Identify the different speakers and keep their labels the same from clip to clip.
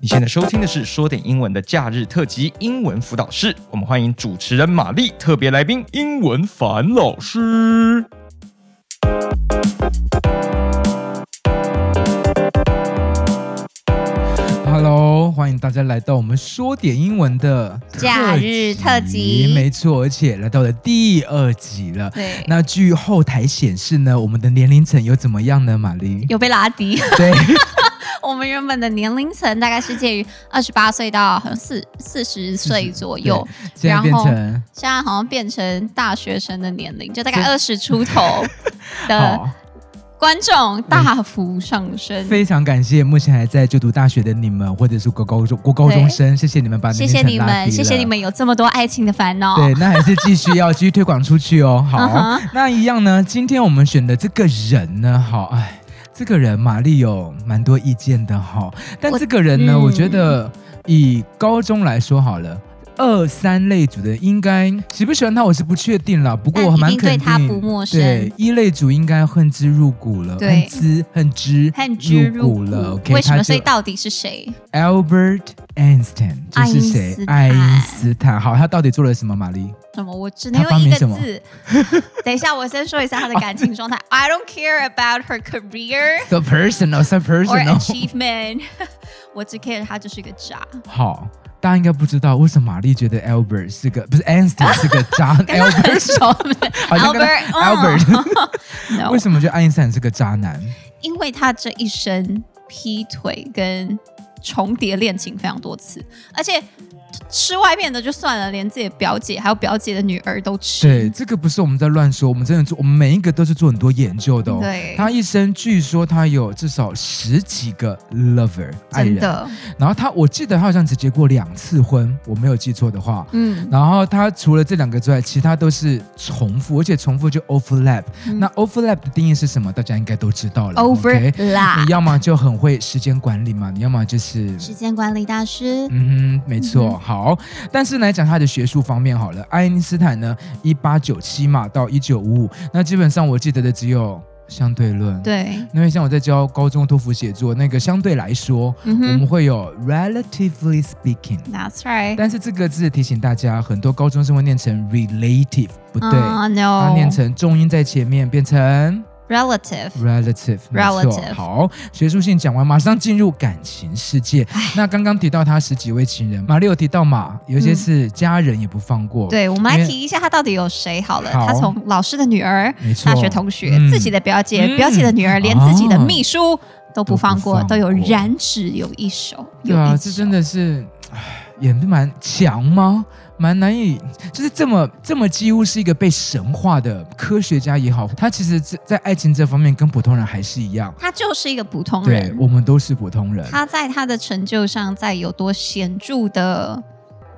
Speaker 1: 你现在收听的是《说点英文》的假日特辑英文辅导室，我们欢迎主持人玛丽，特别来宾英文樊老师。
Speaker 2: Hello，欢迎大家来到我们说点英文的
Speaker 3: 假日特辑
Speaker 2: 没错，而且来到了第二集了。
Speaker 3: 对，
Speaker 2: 那据后台显示呢，我们的年龄层有怎么样呢？玛丽，
Speaker 3: 有被拉低。
Speaker 2: 对，
Speaker 3: 我们原本的年龄层大概是介于二十八岁到好像四四十岁左右，
Speaker 2: 对现在变成
Speaker 3: 现在好像变成大学生的年龄，就大概
Speaker 2: 这
Speaker 3: 二十出 头的
Speaker 2: 好，
Speaker 3: 观众大幅上升。
Speaker 2: 非常感谢目前还在就读大学的你们，或者是国高中国高中生，谢谢你们把
Speaker 3: 谢
Speaker 2: 年龄
Speaker 3: 谢
Speaker 2: 层拉低
Speaker 3: 你们，
Speaker 2: 了
Speaker 3: 谢谢你。们有这么多爱情的烦恼。
Speaker 2: 对，那还是继续要继续推广出 去哦。好
Speaker 3: 哦嗯哼
Speaker 2: 那一样呢？今天我们选的这个人呢，好，哎，这个人玛丽有蛮多意见的哈。但
Speaker 3: 我
Speaker 2: 这个人呢，
Speaker 3: 嗯
Speaker 2: 我觉得以高中来说好了。二三类组的应该喜不喜欢他，我是不确定啦。不过我还
Speaker 3: 但
Speaker 2: 蛮
Speaker 3: 一定
Speaker 2: 肯
Speaker 3: 对
Speaker 2: 定，
Speaker 3: 他不陌生
Speaker 2: 对一类组应该恨之入骨了，
Speaker 3: 对
Speaker 2: 恨之恨之
Speaker 3: 看之入
Speaker 2: 骨了。OK，
Speaker 3: 为什
Speaker 2: 他
Speaker 3: 么？
Speaker 2: 就
Speaker 3: 所以到底是谁？
Speaker 2: Albert Einstein 这是谁？
Speaker 3: 爱
Speaker 2: 爱
Speaker 3: 因
Speaker 2: 因
Speaker 3: 斯
Speaker 2: 斯坦。好，他到底做了什么？玛丽，
Speaker 3: 什么？我只能
Speaker 2: 他发
Speaker 3: 用一
Speaker 2: 明
Speaker 3: 个
Speaker 2: 什么
Speaker 3: 字。等一下，我先说一下他的感情状态。I don't care about her career
Speaker 2: so personal, so
Speaker 3: or
Speaker 2: personal。
Speaker 3: achievement，我 只 care 他就是个渣。
Speaker 2: 好，大家应该不知道为什么玛丽觉得 Albert 是个不是 Einstein 是 个渣
Speaker 3: 跟他很
Speaker 2: ，Albert
Speaker 3: 熟
Speaker 2: 好像跟
Speaker 3: ，Albert
Speaker 2: 他 Albert
Speaker 3: 嗯
Speaker 2: 为什么觉得爱因斯坦是个渣男？
Speaker 3: 因为他这一生劈腿跟重叠恋情非常多次，而且吃外面的就算了，连自己的表姐还有表姐的女儿都
Speaker 2: 对，
Speaker 3: 吃。
Speaker 2: 这个不是我们在乱说，我们真的做，我们每一个都是做很多研究的哦。
Speaker 3: 对
Speaker 2: 他一生据说他有至少十几个 lover 爱
Speaker 3: 真
Speaker 2: 人，
Speaker 3: 的，
Speaker 2: 然后他我记得他好像只结过两次婚，我没有记错的话。
Speaker 3: 嗯，
Speaker 2: 然后他除了这两个之外，其他都是重复，而且重复就 overlap。
Speaker 3: 嗯
Speaker 2: 那 overlap 的定义是什么？大家应该都知道了。OK？你嗯
Speaker 3: overlap，
Speaker 2: 要么就很会时间管理嘛，你要么就是。
Speaker 3: 时间管理大师，
Speaker 2: 嗯哼，没错，好。但是来讲他的学术方面好了，爱因斯坦呢，一八九七嘛到一九五五，那基本上我记得的只有相对论。，
Speaker 3: 对，
Speaker 2: 因为像我在教高中托福写作，那个相对来说，
Speaker 3: 嗯
Speaker 2: 我们
Speaker 3: 哼
Speaker 2: 会有 relatively speaking，
Speaker 3: ，That's right，
Speaker 2: 但是这个字提醒大家，很多高中生会念成 relative，不对，
Speaker 3: 嗯
Speaker 2: 它
Speaker 3: ，No，
Speaker 2: 念成重音在前面，变成
Speaker 3: relative，
Speaker 2: relative，没错
Speaker 3: Relative
Speaker 2: 好，学术性讲完，马上进入感情世界。那刚刚提到他十几位情人，马里有提到嘛，有些是家人也不放过，，
Speaker 3: 嗯对，我们来
Speaker 2: 因为
Speaker 3: 提一下他到底有谁好了。
Speaker 2: 好
Speaker 3: 他从老师的女儿、
Speaker 2: 没错，
Speaker 3: 大学同学、
Speaker 2: 嗯
Speaker 3: 自己的表姐、
Speaker 2: 嗯
Speaker 3: 表姐的女儿，连自己的秘书都不放过，
Speaker 2: 都不放过
Speaker 3: 都有染指有一手，
Speaker 2: 对
Speaker 3: 有
Speaker 2: 啊，
Speaker 3: 一
Speaker 2: 这真
Speaker 3: 手。
Speaker 2: 的是唉也蛮强吗？蛮难以，就是这么这么几乎是一个被神化的科学家也好，他其实在在爱情这方面跟普通人还是一样。
Speaker 3: 他就是一个普通
Speaker 2: 对
Speaker 3: 人，
Speaker 2: 我们都是普通人，
Speaker 3: 他在他的成就上再有多显著的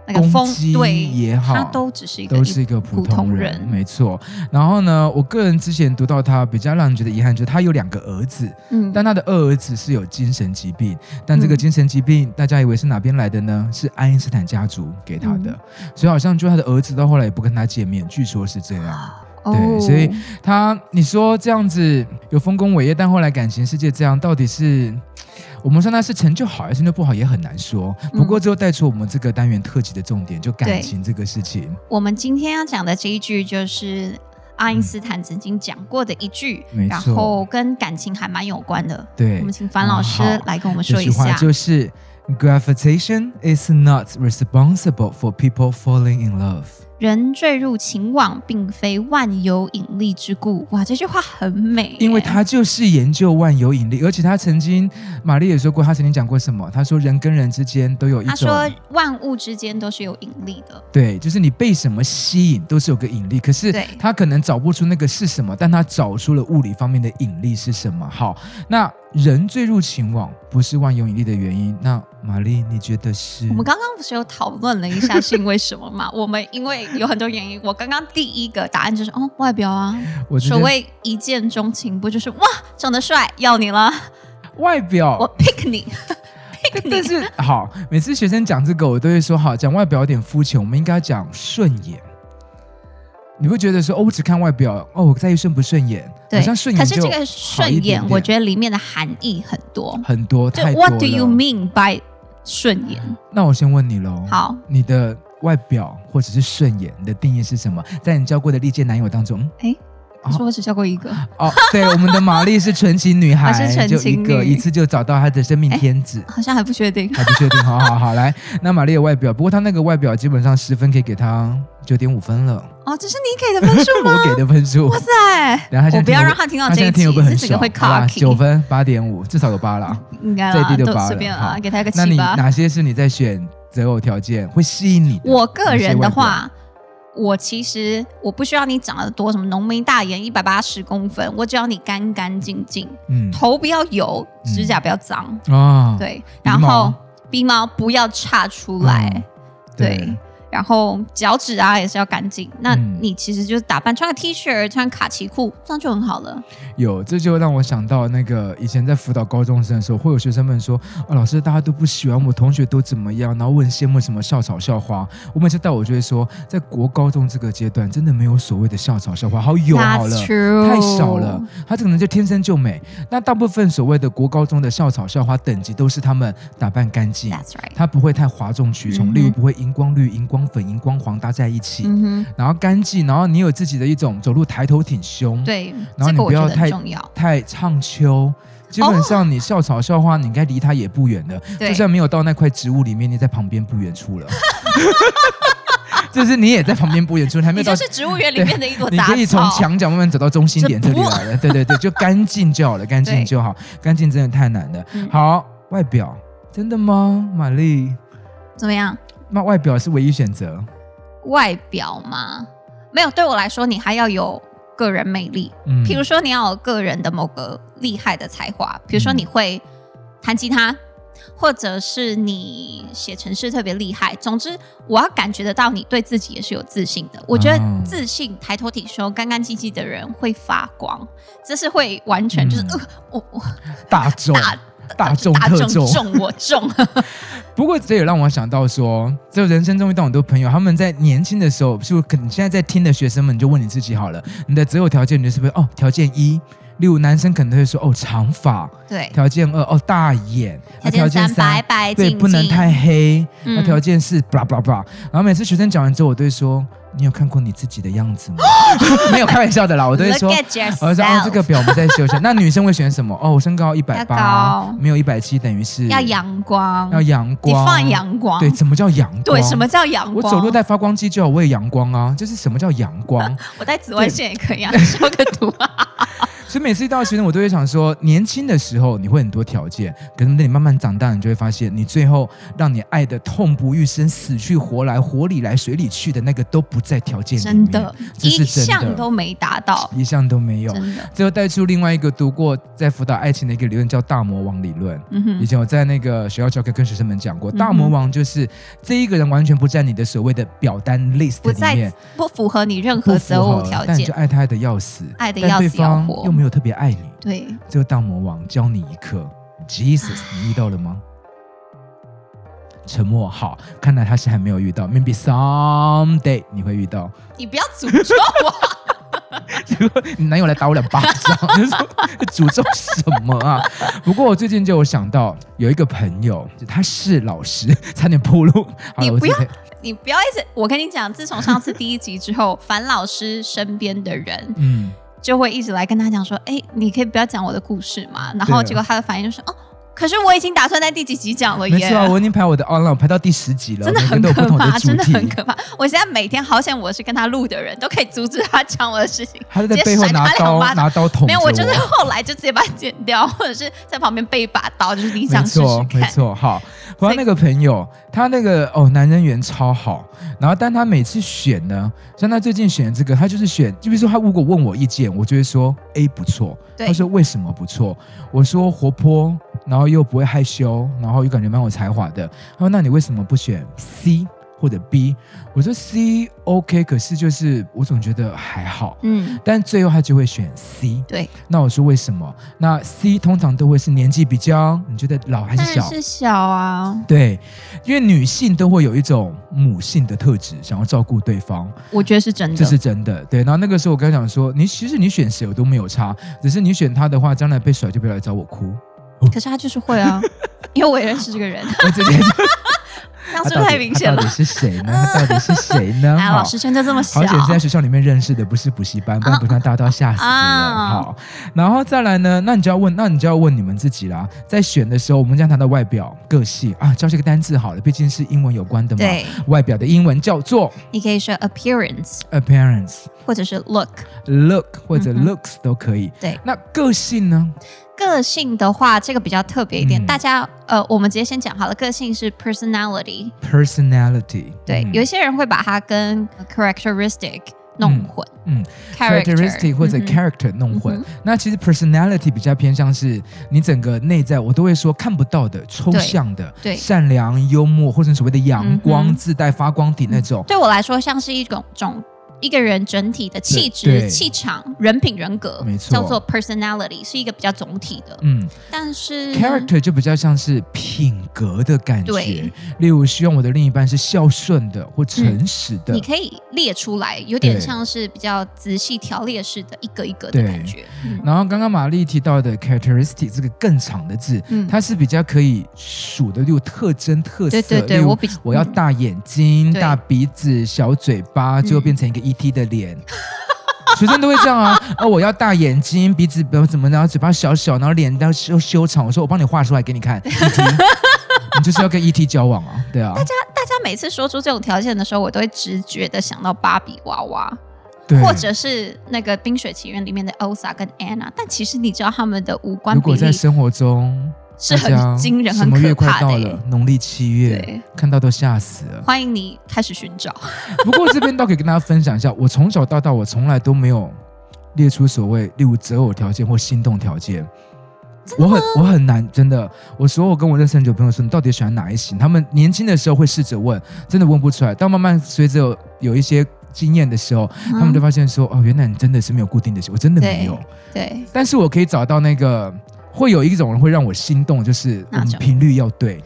Speaker 3: 那个
Speaker 2: 攻
Speaker 3: 风，
Speaker 2: 击
Speaker 3: 对，
Speaker 2: 也好，
Speaker 3: 他都只是一个
Speaker 2: 都是一个普通
Speaker 3: 普通
Speaker 2: 人，
Speaker 3: 人
Speaker 2: 没错。然后呢，我个人之前读到他比较让人觉得遗憾，就是他有两个儿子，
Speaker 3: 嗯，
Speaker 2: 但他的二儿子是有精神疾病，但这个
Speaker 3: 嗯
Speaker 2: 精神疾病、大家以为是哪边来的呢？是爱因斯坦家族给他的，
Speaker 3: 嗯
Speaker 2: 所以好像就他的儿子到后来也不跟他见面，据说是这
Speaker 3: 啊
Speaker 2: 样。
Speaker 3: 嗯哦
Speaker 2: 对所以他你说这样子有丰功伟业，但后来感情世界这样，到底是？我们说他是成就好还是成就不好也很难说，不过
Speaker 3: 嗯
Speaker 2: 之后带出我们这个单元特辑的重点，就
Speaker 3: 对
Speaker 2: 感情这个事情。
Speaker 3: 我们今天要讲的这一句就是爱因斯坦曾经讲过的一句，
Speaker 2: 嗯没
Speaker 3: 然
Speaker 2: 错
Speaker 3: 后跟感情还蛮有关的。
Speaker 2: 对
Speaker 3: 我们请樊老师
Speaker 2: 嗯好
Speaker 3: 来跟我们
Speaker 2: 这
Speaker 3: 说一
Speaker 2: 句话
Speaker 3: 下。
Speaker 2: 就是 Gravitation is not responsible for people falling in love。
Speaker 3: 人坠入情网，并非万有引力之故。哇，这句话很美耶，
Speaker 2: 因为他就是研究万有引力，而且他曾经，玛丽也说过，他曾经讲过什么？他说人跟人之间都有一
Speaker 3: 他
Speaker 2: 种，
Speaker 3: 说万物之间都是有引力的，
Speaker 2: 对，就是你被什么吸引都是有个引力，可是
Speaker 3: 对
Speaker 2: 他可能找不出那个是什么，但他找出了物理方面的引力是什么。好，那人坠入情网不是万有引力的原因，那玛丽你觉得是？
Speaker 3: 我们刚刚不是有讨论了一下是因为什么 嘛？我们因为有很多原因，我刚刚第一个答案就是哦，外表啊，
Speaker 2: 我觉得
Speaker 3: 所谓一见钟情，不就是哇长得帅要你了，
Speaker 2: 外表
Speaker 3: 我 pick 你，pick
Speaker 2: 但
Speaker 3: 你。
Speaker 2: 是好，每次学生讲这个，我都会说好，讲外表有点肤浅，我们应该讲顺眼。你会觉得说哦，我只看外表，哦，我在意顺不顺眼，好
Speaker 3: 对，
Speaker 2: 像顺眼
Speaker 3: 可是这
Speaker 2: 就
Speaker 3: 个
Speaker 2: 好一
Speaker 3: 顺
Speaker 2: 点
Speaker 3: 眼，
Speaker 2: 点
Speaker 3: 我觉得里面的含义很多。
Speaker 2: 很多
Speaker 3: 就
Speaker 2: 太多
Speaker 3: What do you
Speaker 2: 了
Speaker 3: mean by 顺眼。
Speaker 2: 那我先问你喽，
Speaker 3: 好，
Speaker 2: 你的外表或者是顺眼你的定义是什么？在你交过的历届男友当中，
Speaker 3: 哎、
Speaker 2: 哦
Speaker 3: 你说我只交过一个，
Speaker 2: 哦，对，我们的玛丽是纯情女孩，
Speaker 3: 她是纯
Speaker 2: 就一
Speaker 3: 情
Speaker 2: 个，
Speaker 3: 女哎
Speaker 2: 一次就找到她的生命天子。
Speaker 3: 好像还不确定。
Speaker 2: 还不确定，好好好，来，那玛丽的外表，不过她那个外表基本上十分可以给她九点五分了，
Speaker 3: 哦，这是你给的分数 吗？
Speaker 2: 我给的分数
Speaker 3: 哇。塞！
Speaker 2: 然后她现在
Speaker 3: 我不要
Speaker 2: 听
Speaker 3: 让他听到
Speaker 2: 她
Speaker 3: 这
Speaker 2: 现
Speaker 3: 一
Speaker 2: 在
Speaker 3: 集，
Speaker 2: 听有
Speaker 3: 这
Speaker 2: 个很
Speaker 3: 整个
Speaker 2: 爽
Speaker 3: 会，
Speaker 2: 好吧
Speaker 3: cocky。
Speaker 2: 九分八点五，至少有八啦。
Speaker 3: 应该
Speaker 2: 最
Speaker 3: 啦，
Speaker 2: 低就
Speaker 3: 都
Speaker 2: 八了
Speaker 3: 随便
Speaker 2: 好
Speaker 3: 啦，给 他一个
Speaker 2: 那
Speaker 3: 七
Speaker 2: 你
Speaker 3: 吧。
Speaker 2: 哪些是你在选择偶条件会吸引你的？
Speaker 3: 我个人的话，我其实我不需要你长得多什么浓眉大眼，一百八十公分，我只要你干干净净，
Speaker 2: 嗯
Speaker 3: 头不要油，指甲不要脏，
Speaker 2: 啊，
Speaker 3: 对，
Speaker 2: 鼻毛
Speaker 3: 然后鼻毛不要岔出来，
Speaker 2: 嗯
Speaker 3: 对。然后脚趾啊也是要干净，那
Speaker 2: 嗯
Speaker 3: 你其实就是打扮，穿个 T 恤，穿卡其裤，这样就很好了。
Speaker 2: 有，这就让我想到那个以前在辅导高中生的时候，会有学生们说：“啊，老师，大家都不喜欢我，同学都怎么样？”然后我很羡慕什么校草校花。我每次到我就会说，在国高中这个阶段，真的没有所谓的校草校花，好有好
Speaker 3: That's
Speaker 2: 了。
Speaker 3: true，
Speaker 2: 太少了，她这个人就天生就美。那大部分所谓的国高中的校草校花等级，都是她们打扮干净，
Speaker 3: That's right。
Speaker 2: 她不会太哗众取
Speaker 3: 嗯
Speaker 2: 宠，
Speaker 3: 哼
Speaker 2: 例如不会荧光绿、荧光粉、荧光黄搭在一起，
Speaker 3: 嗯
Speaker 2: 然后干净，然后你有自己的一种走路抬头挺胸，
Speaker 3: 哼，，对，
Speaker 2: 然后
Speaker 3: 这
Speaker 2: 你
Speaker 3: 个我
Speaker 2: 不
Speaker 3: 觉
Speaker 2: 要
Speaker 3: 得很
Speaker 2: 太
Speaker 3: 重要。
Speaker 2: 太唱秋。基本上你校草校花，你应该离他也不远的，
Speaker 3: 对
Speaker 2: 就算没有到那块植物里面，你在旁边不远处了。 就是你也在旁边不远处，你还没
Speaker 3: 你
Speaker 2: 有到
Speaker 3: 就是植物园里面的一朵
Speaker 2: 你
Speaker 3: 杂草。
Speaker 2: 可以从墙角慢慢走到中心点
Speaker 3: 这
Speaker 2: 这
Speaker 3: 不
Speaker 2: 里 来了。对对对，就干净就好了，干净就好，干净真的太难了。
Speaker 3: 嗯
Speaker 2: 好，外表真的吗，玛丽？
Speaker 3: 怎么样？
Speaker 2: 那外表是唯一选择。
Speaker 3: 外表吗？没有，对我来说，你还要有个人魅力。
Speaker 2: 嗯
Speaker 3: 譬如说，你要有个人的某个厉害的才华，比如说
Speaker 2: 嗯
Speaker 3: 你会弹吉他，或者是你写程式特别厉害。总之，我要感觉得到你对自己也是有自信的。我觉
Speaker 2: 哦
Speaker 3: 得自信、抬头挺胸、干干净净的人会发光，这是会完全就是、
Speaker 2: 嗯
Speaker 3: 呃，我我
Speaker 2: 大众
Speaker 3: 大
Speaker 2: 大众
Speaker 3: 大
Speaker 2: 特
Speaker 3: 众
Speaker 2: 重。
Speaker 3: 中我中，
Speaker 2: 不过这也让我想到说，就人生中遇到很多朋友，他们在年轻的时候，就可能现在在听的学生们，你就问你自己好了，你的择偶条件，你就是不是哦？条件一，例如男生可能会说哦长发，
Speaker 3: 对。
Speaker 2: 条件二哦大眼，啊
Speaker 3: 条件三白白净
Speaker 2: 对，
Speaker 3: 净，
Speaker 2: 不能太黑，啊
Speaker 3: 嗯
Speaker 2: 那条件是 blah blah blah。然后每次学生讲完之后，我都会说，你有看过你自己的样 子吗？没有开玩笑的啦，我都会
Speaker 3: Look
Speaker 2: 说。
Speaker 3: at
Speaker 2: 我就说哦，这
Speaker 3: yourself，
Speaker 2: 个表我们再修 一下。那女生会选什么？哦，我身高一百
Speaker 3: 要
Speaker 2: 八
Speaker 3: 高，
Speaker 2: 没有一百七，等于是
Speaker 3: 要阳光，
Speaker 2: 要阳
Speaker 3: 你
Speaker 2: 光，
Speaker 3: 放阳光，
Speaker 2: 对，什么叫阳光？
Speaker 3: 对，什么？叫阳
Speaker 2: 我
Speaker 3: 光？
Speaker 2: 走路带发光机就好，我也阳光啊， 就是什么叫阳 光？
Speaker 3: 我带紫外线也可以啊， 修个图 啊。
Speaker 2: 所以每次遇到学生，我都会想说，年轻的时候你会很多条件，可是等你慢慢长大，你就会发现，你最后让你爱的痛不欲生、死去活来、火里来、水里去的那个都不在条件里
Speaker 3: 真
Speaker 2: 面，
Speaker 3: 的，
Speaker 2: 这
Speaker 3: 一
Speaker 2: 是真的
Speaker 3: 项都没达到，
Speaker 2: 一项都没有。
Speaker 3: 真的。
Speaker 2: 最后带出另外一个读过在辅导爱情的一个理论，叫大魔王理论。
Speaker 3: 嗯
Speaker 2: 以
Speaker 3: 哼，
Speaker 2: 前我在那个学校教课跟学生们讲过，
Speaker 3: 嗯哼
Speaker 2: 大魔王就是这一个人完全不在你的所谓的表单 list
Speaker 3: 不
Speaker 2: 里面
Speaker 3: 在，不符合你任
Speaker 2: 不
Speaker 3: 何
Speaker 2: 符
Speaker 3: 择
Speaker 2: 合
Speaker 3: 偶条
Speaker 2: 但你就
Speaker 3: 件，
Speaker 2: 爱他爱的要死，
Speaker 3: 爱的
Speaker 2: 但
Speaker 3: 要
Speaker 2: 对
Speaker 3: 死要
Speaker 2: 方又
Speaker 3: 活。
Speaker 2: 没有特别爱你，
Speaker 3: 对，
Speaker 2: 这个大魔王教你一课，Jesus，你遇到了吗？沉默，好，看来他是还没有遇到，maybe someday 你会遇到。
Speaker 3: 你不要诅咒 我，
Speaker 2: 结果你男友来打我两巴掌，就说诅咒什么啊？不过我最近就有想到有一个朋友，他是老师，差点铺路。好了
Speaker 3: 你
Speaker 2: 我
Speaker 3: 不要
Speaker 2: 自己
Speaker 3: 你不要一直。我跟你讲，自从上次第一集之后， 樊老师身边的人
Speaker 2: 嗯，
Speaker 3: 就会一直来跟他讲说：“哎、你可以不要讲我的故事嘛。”然后
Speaker 2: 对啊
Speaker 3: 结果他的反应就是：“哦，可是我已经打算在第几集讲了
Speaker 2: 没
Speaker 3: 哦耶。”
Speaker 2: 错啊，我已经排我的 online 我排到第十集了，
Speaker 3: 真的
Speaker 2: 每
Speaker 3: 很
Speaker 2: 个都有不
Speaker 3: 可
Speaker 2: 同的
Speaker 3: 怕，
Speaker 2: 主
Speaker 3: 真的很
Speaker 2: 题。
Speaker 3: 可怕。我现在每天好想我是跟他录的人，都可以阻止他讲我的事情。
Speaker 2: 他就在背后拿
Speaker 3: 直接甩他
Speaker 2: 刀
Speaker 3: 两巴掌
Speaker 2: 拿刀捅着
Speaker 3: 没有，我就是后来就直接把它剪掉， 或者是在旁边备一把刀，就是你
Speaker 2: 没
Speaker 3: 想试
Speaker 2: 错
Speaker 3: 试，
Speaker 2: 没
Speaker 3: 看。
Speaker 2: 错，好。我
Speaker 3: 所以
Speaker 2: 那个朋友，他那个哦，男人缘超好，然后但他每次选呢，像他最近选的这个，他就是选，就比如说他如果问我意见，我就会说 A 不错，
Speaker 3: 对
Speaker 2: 他说为什么不错？我说活泼，然后又不会害羞，然后又感觉蛮有才华的。他说那你为什么不选 C 或者 B？我说 C OK，可是就是我总觉得还好，
Speaker 3: 嗯，
Speaker 2: 但最后他就会选 C。
Speaker 3: 对，
Speaker 2: 那我说为什么？那 C 通常都会是年纪比较，你觉得老还
Speaker 3: 当
Speaker 2: 是
Speaker 3: 然
Speaker 2: 小？
Speaker 3: 是小啊，
Speaker 2: 对，因为女性都会有一种母性的特质，想要照顾对方，
Speaker 3: 我觉得是真
Speaker 2: 这是
Speaker 3: 的。
Speaker 2: 真的。对，然后那个时候我跟他讲说，你其实你选谁我都没有差，只是你选他的话，将来被甩就不要来找我哭。
Speaker 3: 可是他就是会啊，因为我也认识这个人，
Speaker 2: 我直 接就
Speaker 3: 这样是不是太明显
Speaker 2: 他到
Speaker 3: 了
Speaker 2: 底？是谁呢？他到底是谁 呢？
Speaker 3: 哎呀，
Speaker 2: 好
Speaker 3: 老师圈就这么小
Speaker 2: 好，险是在学校里面认识的，不是补习班，不然不然大家都要吓死人。
Speaker 3: 啊
Speaker 2: 好，然后再来呢，那你就要问，那你就要问你们自己啦。在选的时候，我们这样谈到外表、个性啊，教这个单字好了，毕竟是英文有关的嘛。
Speaker 3: 对，
Speaker 2: 外表的英文叫做
Speaker 3: 你可以说 appearance
Speaker 2: appearance、
Speaker 3: 或者是 look。
Speaker 2: look 或者
Speaker 3: 嗯哼
Speaker 2: looks 都可以。
Speaker 3: 对，
Speaker 2: 那个性呢？
Speaker 3: 个性的话，这个比较特别一点。
Speaker 2: 嗯
Speaker 3: 大家呃，我们直接先讲好了，个性是 personality。
Speaker 2: personality，
Speaker 3: 对，
Speaker 2: 嗯
Speaker 3: 有一些人会把它跟 characteristic 弄混。
Speaker 2: 嗯
Speaker 3: character
Speaker 2: characteristic 或者
Speaker 3: 嗯哼
Speaker 2: character 弄混。
Speaker 3: 嗯
Speaker 2: 那其实 personality 比较偏向是你整个内在，我都会说看不到的、抽象的、
Speaker 3: 对
Speaker 2: 善良、幽默，或者所谓的阳
Speaker 3: 嗯
Speaker 2: 光、
Speaker 3: 哼
Speaker 2: 自带发光体那种。
Speaker 3: 对我来说，像是一种种一个人整体的气
Speaker 2: 对
Speaker 3: 质、
Speaker 2: 对
Speaker 3: 气场、人品、人格，
Speaker 2: 没错
Speaker 3: 叫做 personality，是一个比较总体的。
Speaker 2: 嗯
Speaker 3: 但是
Speaker 2: ，character 就比较像是品格的感觉
Speaker 3: 对，
Speaker 2: 例如希望我的另一半是孝顺的或诚实的
Speaker 3: 嗯你。可以列出来，有点
Speaker 2: 对
Speaker 3: 像是比较仔细条列式的一个一个的
Speaker 2: 对
Speaker 3: 感觉。嗯
Speaker 2: 然后刚刚玛丽提到的 characteristic 这个更长的字，
Speaker 3: 嗯
Speaker 2: 它是比较可以数的，例如特征、特色。
Speaker 3: 对对对
Speaker 2: 例如
Speaker 3: 我比
Speaker 2: 我要
Speaker 3: 嗯
Speaker 2: 大眼睛、
Speaker 3: 对
Speaker 2: 大鼻子、小嘴巴，最后
Speaker 3: 嗯
Speaker 2: 变成一个 ET 的脸。 学生都会这样啊，啊，我要大眼睛，鼻子呃不怎么，然后嘴巴小小，然后脸要修修长。我说我帮你画出来给你看 ，ET，你就是要跟 ET 交往啊，对啊，
Speaker 3: 大家每次说出这种条件的时候，我都会直觉的想到芭比娃娃，
Speaker 2: 对。
Speaker 3: 或者是那个《冰雪奇缘》里面的 Elsa 跟 Anna。但其实你知道他们的五官
Speaker 2: 如
Speaker 3: 比
Speaker 2: 果在
Speaker 3: 例
Speaker 2: 生活中
Speaker 3: 是
Speaker 2: 大家
Speaker 3: 很惊人、
Speaker 2: 什
Speaker 3: 很
Speaker 2: 么
Speaker 3: 可
Speaker 2: 月快
Speaker 3: 怕
Speaker 2: 到
Speaker 3: 的
Speaker 2: 了
Speaker 3: 耶。，
Speaker 2: 农历七月
Speaker 3: 对，
Speaker 2: 看到都吓死了。
Speaker 3: 欢迎你开始寻找。
Speaker 2: 不过这边倒可以跟大家分享一下，我从小到大我从来都没有列出所谓例如择偶条件或心动条件。我很我很难，真的。我所有跟我认识很久的朋友说，你到底喜欢哪一型？他们年轻的时候会试着问，真的问不出来。到慢慢随着有有一些经验的时候， 他们就
Speaker 3: 嗯
Speaker 2: 发现说，哦，原来你真的是没有固定的型，我真的没有。
Speaker 3: 对
Speaker 2: 但是我可以找到那个，会有一种人会让我心动，就是我
Speaker 3: 嗯哪
Speaker 2: 们
Speaker 3: 种
Speaker 2: 频率要对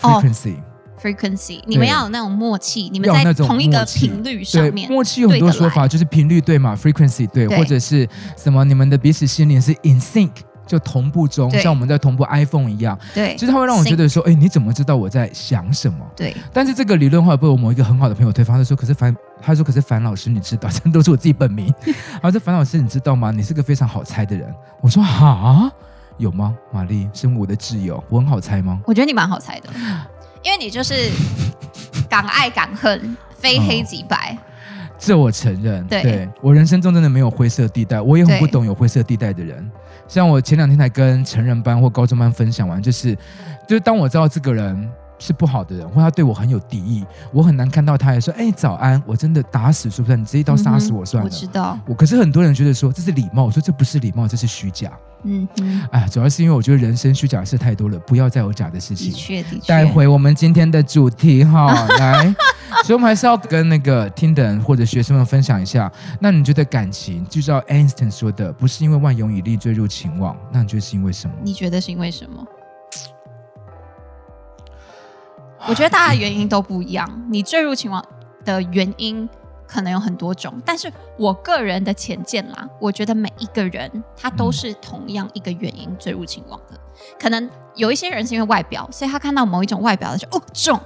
Speaker 3: 哦
Speaker 2: ，frequency。
Speaker 3: frequency，你们
Speaker 2: 对
Speaker 3: 要有那种默契，你们
Speaker 2: 要有
Speaker 3: 在
Speaker 2: 那种
Speaker 3: 同一个
Speaker 2: 默契
Speaker 3: 频率上
Speaker 2: 对，
Speaker 3: 面。
Speaker 2: 默契有很多说法，就是频率对嘛，frequency 对，
Speaker 3: 对
Speaker 2: 或者是什么，你们的彼此心灵是 in sync，就同步中，
Speaker 3: 对
Speaker 2: 像我们在同步 iPhone 一样，
Speaker 3: 对
Speaker 2: 就是它会让我觉得说，哎，你怎么知道我在想什么？
Speaker 3: 对，
Speaker 2: 但是这个理论后来被我某一个很好的朋友推翻，他说，可是樊，他说，可是樊老师，你知道，这都是我自己 本名。然后这樊老师，你知道吗？你是个非常好猜的人。我说哈，有吗？玛丽，身为我的挚友，我很好猜吗？
Speaker 3: 我觉得你蛮好猜 的，因为你就是敢爱敢恨，非
Speaker 2: 哦
Speaker 3: 黑即白。
Speaker 2: 这我承认，
Speaker 3: 对
Speaker 2: 我人生中真的没有灰色地带，我也很
Speaker 3: 对
Speaker 2: 不懂有灰色地带的人。像我前两天才跟成人班或高中班分享完，就是，就是当我知道这个人是不好的人，或他对我很有敌意，我很难看到他也说，哎、早安，我真的打死说不算，你这一刀杀死我算
Speaker 3: 嗯
Speaker 2: 了。
Speaker 3: 我知道，
Speaker 2: 我可是很多人觉得说这是礼貌，我说这不是礼貌，这是虚假。
Speaker 3: 嗯哼，
Speaker 2: 哎，主要是因为我觉得人生虚假的事太多了，不要再有假的事
Speaker 3: 的
Speaker 2: 情。
Speaker 3: 确的确。
Speaker 2: 带回我们今天的主 题哈，来，所以我们还是要跟那个听的人或者学生们分享一下。那你觉得感情，就照 Einstein 说的，不是因为万有引力坠入情网，那你觉得是因为什么？
Speaker 3: 你觉得是因为什么？我觉得大家的原因都不一样，你坠入情网的原因可能有很多种，但是我个人的浅见啦，我觉得每一个人他都是同样一个原因坠入情网的。可能有一些人是因为外表，所以他看到某一种外表的时候，哦中；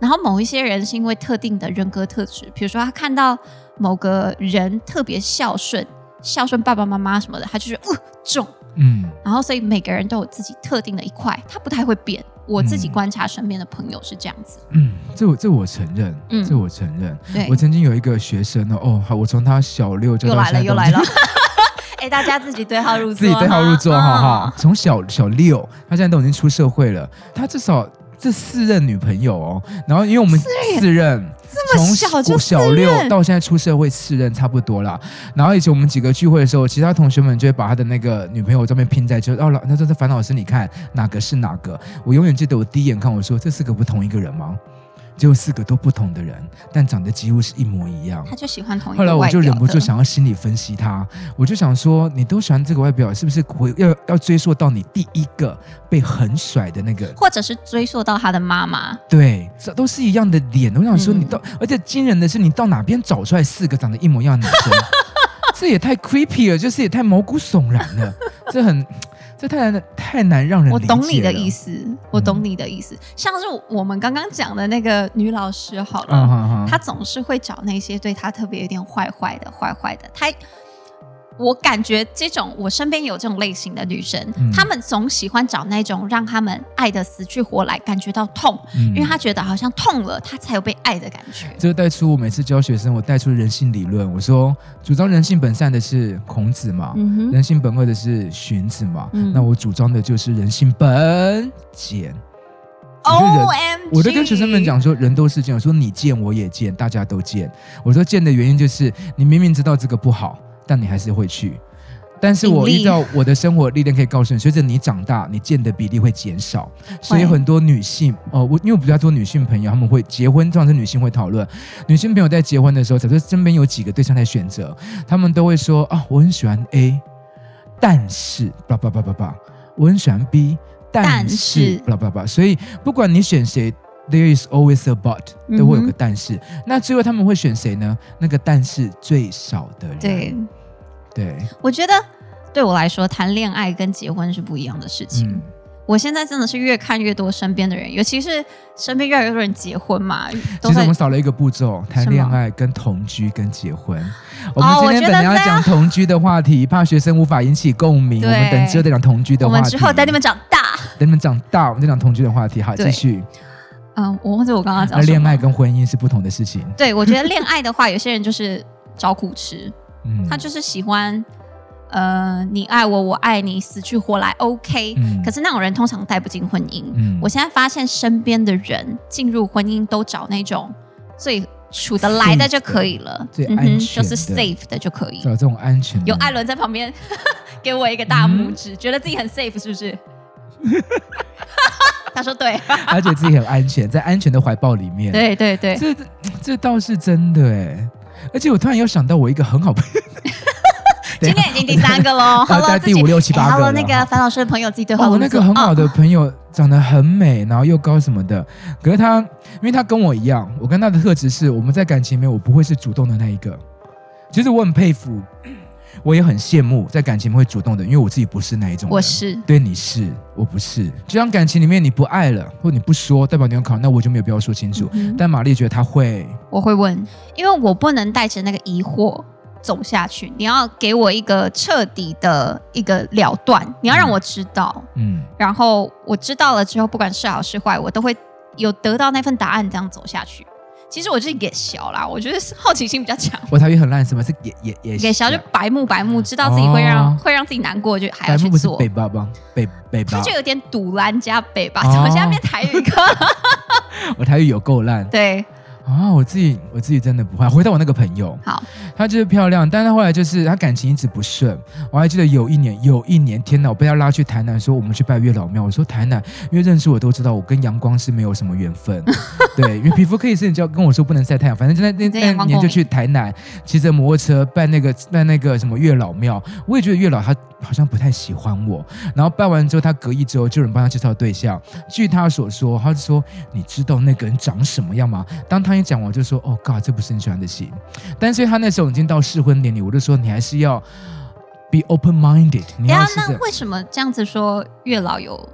Speaker 3: 然后某一些人是因为特定的人格特质，比如说他看到某个人特别孝顺，孝顺爸爸妈妈什么的，他就是哦中。
Speaker 2: 嗯
Speaker 3: 然后所以每个人都有自己特定的一块，它不太会变。我自己
Speaker 2: 嗯
Speaker 3: 观察身边的朋友是这样子，
Speaker 2: 嗯，这我这我承认，
Speaker 3: 嗯
Speaker 2: 这我承认。
Speaker 3: 对
Speaker 2: 我，曾经有一个学生呢，哦，好，我从他小六教
Speaker 3: 又
Speaker 2: 到
Speaker 3: 来
Speaker 2: 现在
Speaker 3: 了
Speaker 2: 都
Speaker 3: 又 来了，哎、大家自己对号入座，
Speaker 2: 自己对号入座哈
Speaker 3: 啊
Speaker 2: 哈。。从小小六，他现在都已经出社会了，他至少这四任女朋友哦。然后因为我们四任，
Speaker 3: 这么
Speaker 2: 从
Speaker 3: 小就四
Speaker 2: 小
Speaker 3: 任
Speaker 2: 六到现在出社会四任差不多啦。然后以前我们几个聚会的时候，其他同学们就会把他的那个女朋友照片拼在一起，就哦，老那这是樊老师，你看哪个是哪个？我永远记得我第一眼看我说这四个不同一个人吗？结果四个都不同的人，但长得几乎是一模一样。
Speaker 3: 他就喜欢同一个
Speaker 2: 后来我
Speaker 3: 外
Speaker 2: 就
Speaker 3: 表
Speaker 2: 忍不住
Speaker 3: 的，
Speaker 2: 想要心理分析他，我就想说，你都喜欢这个外表，是不是回要要追溯到你第一个被狠甩的那个？
Speaker 3: 或者是追溯到他的妈妈，
Speaker 2: 对，这都是一样的脸。我想说，
Speaker 3: 嗯
Speaker 2: 你到，而且惊人的是，你到哪边找出来四个长得一模一 样的女生？这也太 creepy 了，就是也太毛骨悚然了，这很。这太难太难让人
Speaker 3: 我懂你的
Speaker 2: 理解了嗯
Speaker 3: 意。思，我懂你的意思。像是我们刚刚讲的那个女老师，好了，
Speaker 2: 嗯哼哼，
Speaker 3: 她总是会找那些对她特别有点坏坏的、坏坏的。她，我感觉这种我身边有这种类型的女生，
Speaker 2: 嗯
Speaker 3: 她们总喜欢找那种让她们爱的死去活来，感觉到痛，因
Speaker 2: 因
Speaker 3: 为她觉得好像痛了，她才有被爱的感觉。
Speaker 2: 嗯这带出我每次教学生，我带出人性理论。我说，主张人性本善的是孔子嘛，
Speaker 3: 嗯哼，
Speaker 2: 人性本恶的是荀子嘛，
Speaker 3: 嗯
Speaker 2: 那我主张的就是人性本贱。我觉得人
Speaker 3: O M，
Speaker 2: 我都跟学生们讲说，人都是这样，说你贱我也贱，大家都贱。我说贱的原因就是你明明知道这个不好，但你还是会去。但是我
Speaker 3: 引力
Speaker 2: 依照我的生活历练可以告诉你，随着你长大，你贱的比例会减少。所以
Speaker 3: 会
Speaker 2: 很多女性，呃，我因为我比较多女性朋友，她们会结婚，通常是女性会讨论。女性朋友在结婚的时候，假设身边有几个对象在选择，她们都会说啊，我很喜欢 A，但是叭叭叭叭叭，我很喜欢 B，但
Speaker 3: 但
Speaker 2: 是
Speaker 3: 是
Speaker 2: 叭叭叭。所以不管你选谁。There is always a but，都会有
Speaker 3: 嗯
Speaker 2: 个
Speaker 3: 哼
Speaker 2: 但是。那最后他们会选谁呢？那个但是最少的人。
Speaker 3: 对，
Speaker 2: 对，
Speaker 3: 我觉得对我来说，谈恋爱跟结婚是不一样的事情。
Speaker 2: 嗯，
Speaker 3: 我现在真的是越看越多身边的人，尤其是身边越来越多人结婚嘛，都
Speaker 2: 其实我
Speaker 3: 在
Speaker 2: 们少了一个步骤，谈
Speaker 3: 什么
Speaker 2: 恋爱、跟同居、跟结婚。我们今
Speaker 3: 哦我觉
Speaker 2: 天
Speaker 3: 得
Speaker 2: 本来要
Speaker 3: 这样
Speaker 2: 讲同居的话题，怕学生无法引起共鸣，我
Speaker 3: 对
Speaker 2: 们等之后再讲同居的
Speaker 3: 我
Speaker 2: 话
Speaker 3: 们
Speaker 2: 题。
Speaker 3: 之后等你们长大。
Speaker 2: 等你们长大，我们再讲同居的话题。好，
Speaker 3: 对
Speaker 2: 继续。
Speaker 3: 嗯，我忘记我刚刚
Speaker 2: 那
Speaker 3: 讲什么
Speaker 2: 啊恋爱跟婚姻是不同的事情。
Speaker 3: 对我觉得恋爱的话，有些人就是找苦吃，
Speaker 2: 嗯
Speaker 3: 他就是喜欢。呃，你爱我，我爱你，死去活来，OK、
Speaker 2: 嗯
Speaker 3: 可是那种人通常带不进婚姻。
Speaker 2: 嗯
Speaker 3: 我现在发现身边的人进入婚姻都找那种最处得来的就可以了，
Speaker 2: 最
Speaker 3: 嗯
Speaker 2: 安全
Speaker 3: 哼，
Speaker 2: 的
Speaker 3: 就是 safe 的就可以
Speaker 2: 找。这嗯种安全的
Speaker 3: 有艾伦在旁边 给我一个大拇
Speaker 2: 嗯
Speaker 3: 指，觉得自己很 safe 是不 是？他说对，
Speaker 2: 而且自己很安全，在安全的怀抱里面。，
Speaker 3: 对对对，
Speaker 2: 这这这倒是真的哎。而且我突然有想到我一个很好朋友，。
Speaker 3: 今天已经第三个喽 Hello，
Speaker 2: 在
Speaker 3: 自己
Speaker 2: 第五六七八个
Speaker 3: h e l
Speaker 2: 了
Speaker 3: l o 那个樊老师的朋友自己对话
Speaker 2: 哦，
Speaker 3: 录
Speaker 2: 那
Speaker 3: 制
Speaker 2: 个很好
Speaker 3: 哦
Speaker 2: 的朋友长得很美，然后又高什么的。可是他，因为他跟我一样，我跟他的特质是我们在感情里面，我不会是主动的那一个。其实我很佩服，我也很羡慕在感情里面会主动的，因为我自己不是那一种人。
Speaker 3: 我是
Speaker 2: 对你是，我不是。就像感情里面你不爱了，或你不说，代表你要考，那我就没有必要说清楚。
Speaker 3: 嗯
Speaker 2: 但玛丽觉得他会，
Speaker 3: 我会问，因为我不能带着那个疑惑走下去，你要给我一个彻底的一个了断，你要让我知道，
Speaker 2: 嗯，
Speaker 3: 然后我知道了之后，不管是好是坏，我都会有得到那份答案，这样走下去。其实我就是野小啦，我觉得是好奇心比较强，
Speaker 2: 我台语很烂，什么是也也也啊
Speaker 3: 野小就白目白目，知道自己会让、会让自己难过，就还
Speaker 2: 白
Speaker 3: 要
Speaker 2: 目
Speaker 3: 去
Speaker 2: 不是
Speaker 3: 做
Speaker 2: 北。巴吗？北北
Speaker 3: 他
Speaker 2: 巴
Speaker 3: 就，有点堵拦加北吧，
Speaker 2: 哦
Speaker 3: 怎么现在变台语歌？
Speaker 2: 我台语有够烂。
Speaker 3: 对，
Speaker 2: 啊，我自己我自己真的不会。回到我那个朋友，
Speaker 3: 好，
Speaker 2: 她就是漂亮，但是后来就是她感情一直不顺。我还记得有一年，有一年，天哪，我被她拉去台南，说我们去拜月老庙。我说台南，因为认识我都知道，我跟阳光是没有什么缘分。 对，因为皮肤科医生就跟我说不能晒太阳，反正就那
Speaker 3: 对
Speaker 2: 那
Speaker 3: 阳
Speaker 2: 那
Speaker 3: 光
Speaker 2: 年
Speaker 3: 过
Speaker 2: 就
Speaker 3: 敏
Speaker 2: 去台南，骑着摩托车拜那个拜那个什么月老庙。我也觉得月老他好像不太喜欢我。然后拜完之后，他隔一周就有人帮他介绍对象。据他所说，他就说你知道那个人长什么样吗？当他一讲完，我就说哦，God，这不是你喜欢的型。但是他那时候已经到适婚年龄，我就说你还是要 be open minded，
Speaker 3: 等
Speaker 2: 你
Speaker 3: 一
Speaker 2: 要
Speaker 3: 下
Speaker 2: 是
Speaker 3: 那为什么这样子说月老有？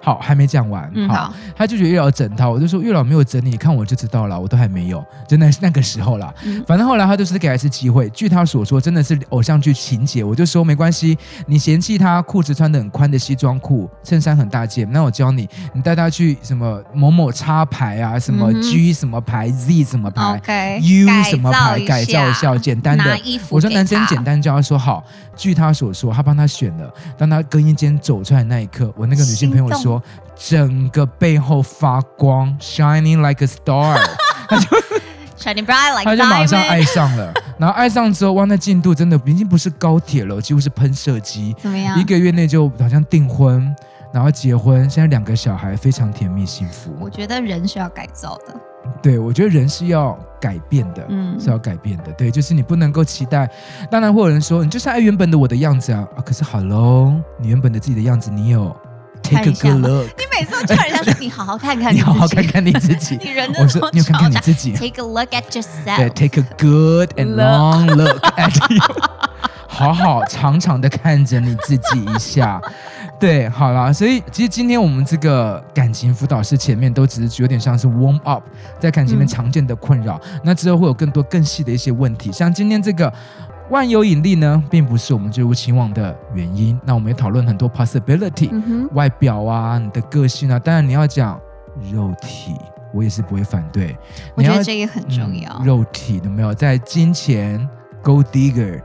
Speaker 2: 好，还没讲完，
Speaker 3: 嗯，好，
Speaker 2: 他就觉得月老整他，我就说月老没有整你，你看我就知道了，我都还没有，真的是那个时候啦。
Speaker 3: 嗯
Speaker 2: 反正后来他就是给他一次机会，据他所说，真的是偶像剧情节。我就说没关系，你嫌弃他裤子穿的很宽的西装裤，衬衫很大件，那我教你，你带他去什么某某插牌啊，什么
Speaker 3: 嗯哼哦
Speaker 2: G 什么牌，Z 什么牌
Speaker 3: OK
Speaker 2: U
Speaker 3: 改
Speaker 2: 什么牌，
Speaker 3: 造
Speaker 2: 改造一下，简单的
Speaker 3: 拿。衣服
Speaker 2: 我说
Speaker 3: 给
Speaker 2: 男生
Speaker 3: 他
Speaker 2: 简单教，他说好。据他所说，他帮他选了。当他更衣间走出来那一刻，我那个女性朋友
Speaker 3: 心
Speaker 2: 说，整个背后发光，shining like a star，
Speaker 3: ，shining bright like
Speaker 2: 他
Speaker 3: diamond。
Speaker 2: 就马上哎爱上 了。然后爱上之后，哇，那进度真的已经不是高铁了，几乎是喷射机。
Speaker 3: 怎么样？
Speaker 2: 一个月内就好像订婚，然后结婚，现在两个小孩非常甜蜜幸福。
Speaker 3: 我觉得人是要改造的，
Speaker 2: 对，我觉得人是要改变的，
Speaker 3: 嗯
Speaker 2: 是要改变的。对，就是你不能够期待。当然会有人说，你就是爱原本的我的样子啊。啊可是好喽，你原本的自己的样子，你有 take
Speaker 3: 看
Speaker 2: a
Speaker 3: 一下
Speaker 2: good look，
Speaker 3: 你每次都叫人家说你好好看看
Speaker 2: 你
Speaker 3: 你
Speaker 2: 好好
Speaker 3: 自己
Speaker 2: 看，看你自 己。
Speaker 3: 你人
Speaker 2: 我
Speaker 3: 真的
Speaker 2: 说
Speaker 3: 多
Speaker 2: 你有看看你
Speaker 3: 吵
Speaker 2: 自己，
Speaker 3: Take a look at
Speaker 2: 对
Speaker 3: yourself。
Speaker 2: ，take a good and long look at you，好好长长的看着你自己一下。对，好啦，所以其实今天我们这个感情辅导师前面都只是有点像是 warm up，在感情里面
Speaker 3: 嗯
Speaker 2: 常见的困扰，那之后会有更多更细的一些问题，像今天这个。万有引力呢，并不是我们坠入情网的原因。那我们也讨论很多 possibility，、
Speaker 3: 嗯哼，
Speaker 2: 外表啊，你的个性啊，当然你要讲肉体，我也是不会反对。
Speaker 3: 我
Speaker 2: 你
Speaker 3: 觉
Speaker 2: 要
Speaker 3: 得这也很重要。
Speaker 2: 嗯肉体有没有在金钱 gold digger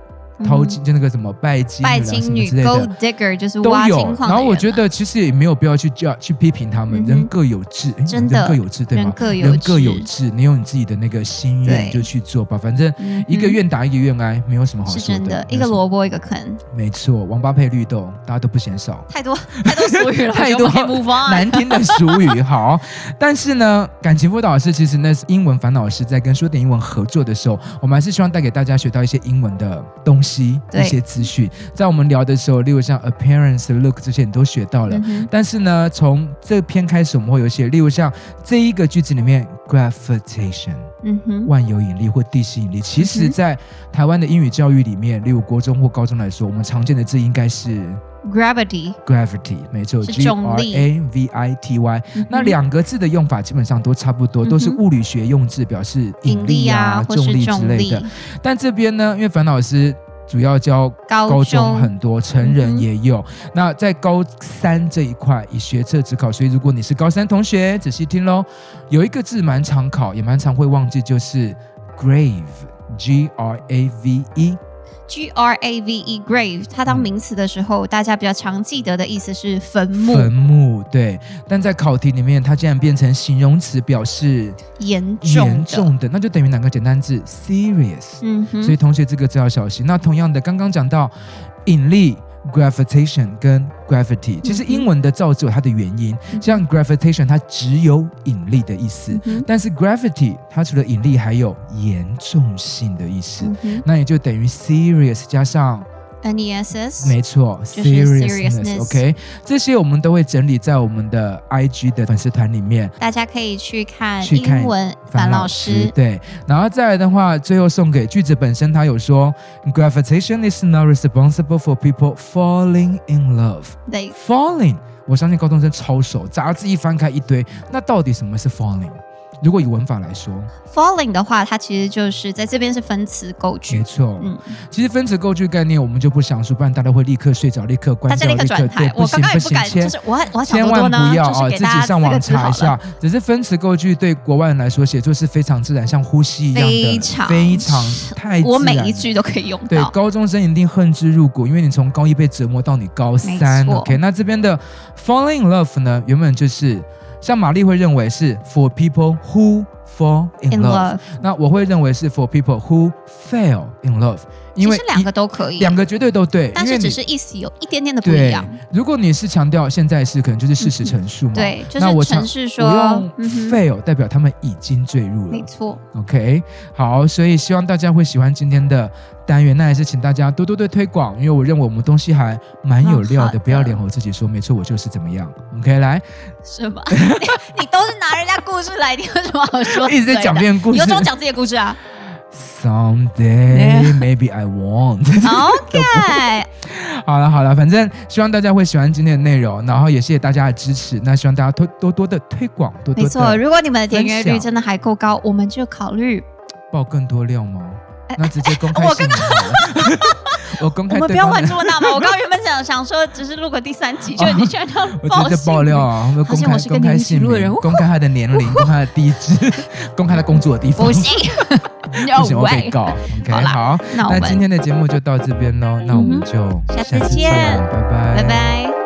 Speaker 2: 偷金，就那个什么拜金女
Speaker 3: 嗯
Speaker 2: 啊
Speaker 3: 拜
Speaker 2: 什
Speaker 3: 金
Speaker 2: 么
Speaker 3: 女
Speaker 2: 之类的
Speaker 3: gold。digger 就是
Speaker 2: 都
Speaker 3: 挖金
Speaker 2: 有，
Speaker 3: 矿的人
Speaker 2: 然后我
Speaker 3: 啊
Speaker 2: 觉得其实也没有必要去叫去批评他们，
Speaker 3: 嗯哼
Speaker 2: 人各有志，诶
Speaker 3: 真的
Speaker 2: 人各有志，对吗
Speaker 3: 人？各有
Speaker 2: 人各
Speaker 3: 志
Speaker 2: 有志，你有你自己的那个心愿
Speaker 3: 对
Speaker 2: 就去做吧，反正
Speaker 3: 嗯
Speaker 2: 一个
Speaker 3: 哼
Speaker 2: 愿打一个愿挨，没有什么好
Speaker 3: 是
Speaker 2: 说
Speaker 3: 真的，一
Speaker 2: 没有
Speaker 3: 个
Speaker 2: 什么
Speaker 3: 萝卜一个坑，
Speaker 2: 没错，王八配绿豆，大家都不嫌少。
Speaker 3: 太多太多俗语了，
Speaker 2: 太多
Speaker 3: 不方
Speaker 2: 难听的俗语。 好，但是呢，感情辅导师其实那是英文烦恼师在跟说点英文合作的时候，我们还是希望带给大家学到一些英文的东西，
Speaker 3: 对
Speaker 2: 一些资讯。在我们聊的时候，例如像 appearance、look 这些，你都学到了。
Speaker 3: 嗯哼
Speaker 2: 但是呢，从这篇开始，我们会有一些，例如像这一个句子里面 gravitation
Speaker 3: 嗯哼，
Speaker 2: 万有引力或地心引力，其实
Speaker 3: 嗯哼
Speaker 2: 在台湾的英语教育里面，例如国中或高中来说，我们常见的字应该是
Speaker 3: gravity，
Speaker 2: gravity，没错
Speaker 3: 是
Speaker 2: ，G
Speaker 3: 重
Speaker 2: R
Speaker 3: 力
Speaker 2: A V I T Y。
Speaker 3: 嗯哼
Speaker 2: 那两个字的用法基本上都差不多，
Speaker 3: 嗯哼
Speaker 2: 都是物理学用字，表示引
Speaker 3: 引
Speaker 2: 力
Speaker 3: 力
Speaker 2: 啊、
Speaker 3: 啊，或是
Speaker 2: 力之
Speaker 3: 重
Speaker 2: 类
Speaker 3: 力
Speaker 2: 的。，但这边呢，因为樊老师主要教高
Speaker 3: 高
Speaker 2: 中
Speaker 3: 中
Speaker 2: 很多，成
Speaker 3: 嗯
Speaker 2: 人
Speaker 3: 哼
Speaker 2: 也有。那在高三这一块以学测只考，所以如果你是高三同学，仔细听喽，有一个字蛮常考，也蛮常会忘记，就是 grave。G R A V E，
Speaker 3: G R A V E grave，它当
Speaker 2: 嗯
Speaker 3: 名词的时候，大家比较常记得的意思是坟墓、
Speaker 2: 坟墓，对。但在考题里面，它竟然变成形容词，表示
Speaker 3: 严重
Speaker 2: 严
Speaker 3: 的。
Speaker 2: 重的，那就等于两个简单字 serious。
Speaker 3: 嗯
Speaker 2: 所以
Speaker 3: 哼，
Speaker 2: 同学这个字要小心。那同样的，刚刚讲到引力 gravitation 跟
Speaker 3: 嗯
Speaker 2: gravity，其实英文的造字有它的原因，像 gravitation 它只有引力的意思
Speaker 3: 嗯，哼
Speaker 2: 但是 gravity 它除了引力还有严重性的意思，
Speaker 3: 嗯哼
Speaker 2: 那也就等于 serious 加上。
Speaker 3: ，N E S S，
Speaker 2: 没错
Speaker 3: 就是
Speaker 2: ，seriousness，OK，、
Speaker 3: seriousness
Speaker 2: 这些我们都会整理在我们的 IG 的粉丝团里面。
Speaker 3: 大家可以去看
Speaker 2: 去看
Speaker 3: 英文樊老师。
Speaker 2: 对，然后再来的话，最后送给句子本身，它有说，gravitation is not responsible for people falling in love。
Speaker 3: 对，
Speaker 2: falling，我相信高中生超熟，杂志一翻开一堆，那到底什么是 falling？如果以文法来说，
Speaker 3: 嗯 falling 的话，它其实就是在这边是分词构句
Speaker 2: 没。错，
Speaker 3: 嗯，
Speaker 2: 其实分词构句概念我们就不详述，不然大家会立刻睡着，立刻关
Speaker 3: 大
Speaker 2: 掉，
Speaker 3: 家立刻转
Speaker 2: 对
Speaker 3: 台。
Speaker 2: 不
Speaker 3: 我刚
Speaker 2: 行
Speaker 3: 刚
Speaker 2: 不
Speaker 3: 也不
Speaker 2: 行，
Speaker 3: 敢，
Speaker 2: 切
Speaker 3: 就是我我要想
Speaker 2: 千
Speaker 3: 多
Speaker 2: 万
Speaker 3: 多呢
Speaker 2: 不，要
Speaker 3: 就是
Speaker 2: 哦，
Speaker 3: 给
Speaker 2: 自
Speaker 3: 大
Speaker 2: 己
Speaker 3: 家
Speaker 2: 上
Speaker 3: 四
Speaker 2: 网
Speaker 3: 个字
Speaker 2: 查
Speaker 3: 好
Speaker 2: 一
Speaker 3: 了。
Speaker 2: 下。只是分词构句对国外人来说，写作是非常自然，像呼吸一样
Speaker 3: 非
Speaker 2: 的，
Speaker 3: 常
Speaker 2: 非常太自然。
Speaker 3: 我每一。句都可以用
Speaker 2: 对，
Speaker 3: 到。
Speaker 2: 高中生一定恨之入骨，因为你从高一被折磨到你高三。
Speaker 3: 没错
Speaker 2: OK，那这边的 fall in love 呢，原本就是像玛丽会认为是 for people who fall in
Speaker 3: In
Speaker 2: love，
Speaker 3: love，
Speaker 2: 那我会认为是 for people who fail in love，因
Speaker 3: 其
Speaker 2: 为
Speaker 3: 实两个都可
Speaker 2: 一
Speaker 3: 以，
Speaker 2: 两个绝对都对，
Speaker 3: 但
Speaker 2: 因为
Speaker 3: 是
Speaker 2: 你
Speaker 3: 只是意思有一点点的不一
Speaker 2: 对
Speaker 3: 样。，
Speaker 2: 如果你是强调现在是，可能就是事实陈述嘛。
Speaker 3: 对，就
Speaker 2: 那我
Speaker 3: 是
Speaker 2: 常
Speaker 3: 城市
Speaker 2: 我
Speaker 3: 说
Speaker 2: 用，
Speaker 3: 嗯哼，
Speaker 2: fail 代表他们已经坠入了
Speaker 3: 没。错，
Speaker 2: OK，好，所以希望大家会喜欢今天的单元，那也是请大家多多对推广，因为我认为我们东西还蛮有料
Speaker 3: 蛮好的
Speaker 2: 的，不要脸我自己说，没错，我就是怎么样。OK，来，
Speaker 3: 是吧？ 你你都是拿人家故事来，你有什么好说？
Speaker 2: 一直在讲别人故事
Speaker 3: 有种讲哦自己的故事 啊。
Speaker 2: Someday maybe I won't。
Speaker 3: OK，
Speaker 2: 好了好了，反正希望大家会喜欢今天的内容，然后也谢谢大家的支持，那希望大家多多多的推广，多
Speaker 3: 没
Speaker 2: 多
Speaker 3: 错，
Speaker 2: 的
Speaker 3: 如果你们的点阅
Speaker 2: 分
Speaker 3: 率
Speaker 2: 享
Speaker 3: 真的还够高，我们就考 虑，
Speaker 2: 爆更多料吗？那直接公开
Speaker 3: 哎 我
Speaker 2: 姓名好了。我公
Speaker 3: 我
Speaker 2: 开
Speaker 3: 们不
Speaker 2: 哎对
Speaker 3: 要
Speaker 2: 方
Speaker 3: 问
Speaker 2: 的
Speaker 3: 这么 大嘛。我刚刚原本想想说，只是录个第三集，就你居然要
Speaker 2: 我
Speaker 3: 报
Speaker 2: 直接
Speaker 3: 信
Speaker 2: 爆料啊！我
Speaker 3: 好
Speaker 2: 公
Speaker 3: 像
Speaker 2: 开
Speaker 3: 我是
Speaker 2: 公
Speaker 3: 跟
Speaker 2: 开
Speaker 3: 你一起
Speaker 2: 姓
Speaker 3: 录的人
Speaker 2: 名，公开他的年 龄，公开他的地址，公开他工作的地方。
Speaker 3: 不行
Speaker 2: 不
Speaker 3: ，No
Speaker 2: 行，我被
Speaker 3: way。
Speaker 2: 告。OK，
Speaker 3: 好啦
Speaker 2: 好，
Speaker 3: 那我
Speaker 2: 那今
Speaker 3: 们
Speaker 2: 天的节目就到这边喽，那我们
Speaker 3: 嗯哼
Speaker 2: 就
Speaker 3: 下次
Speaker 2: 下次见
Speaker 3: 见，
Speaker 2: 拜
Speaker 3: 拜。
Speaker 2: 拜，
Speaker 3: 拜。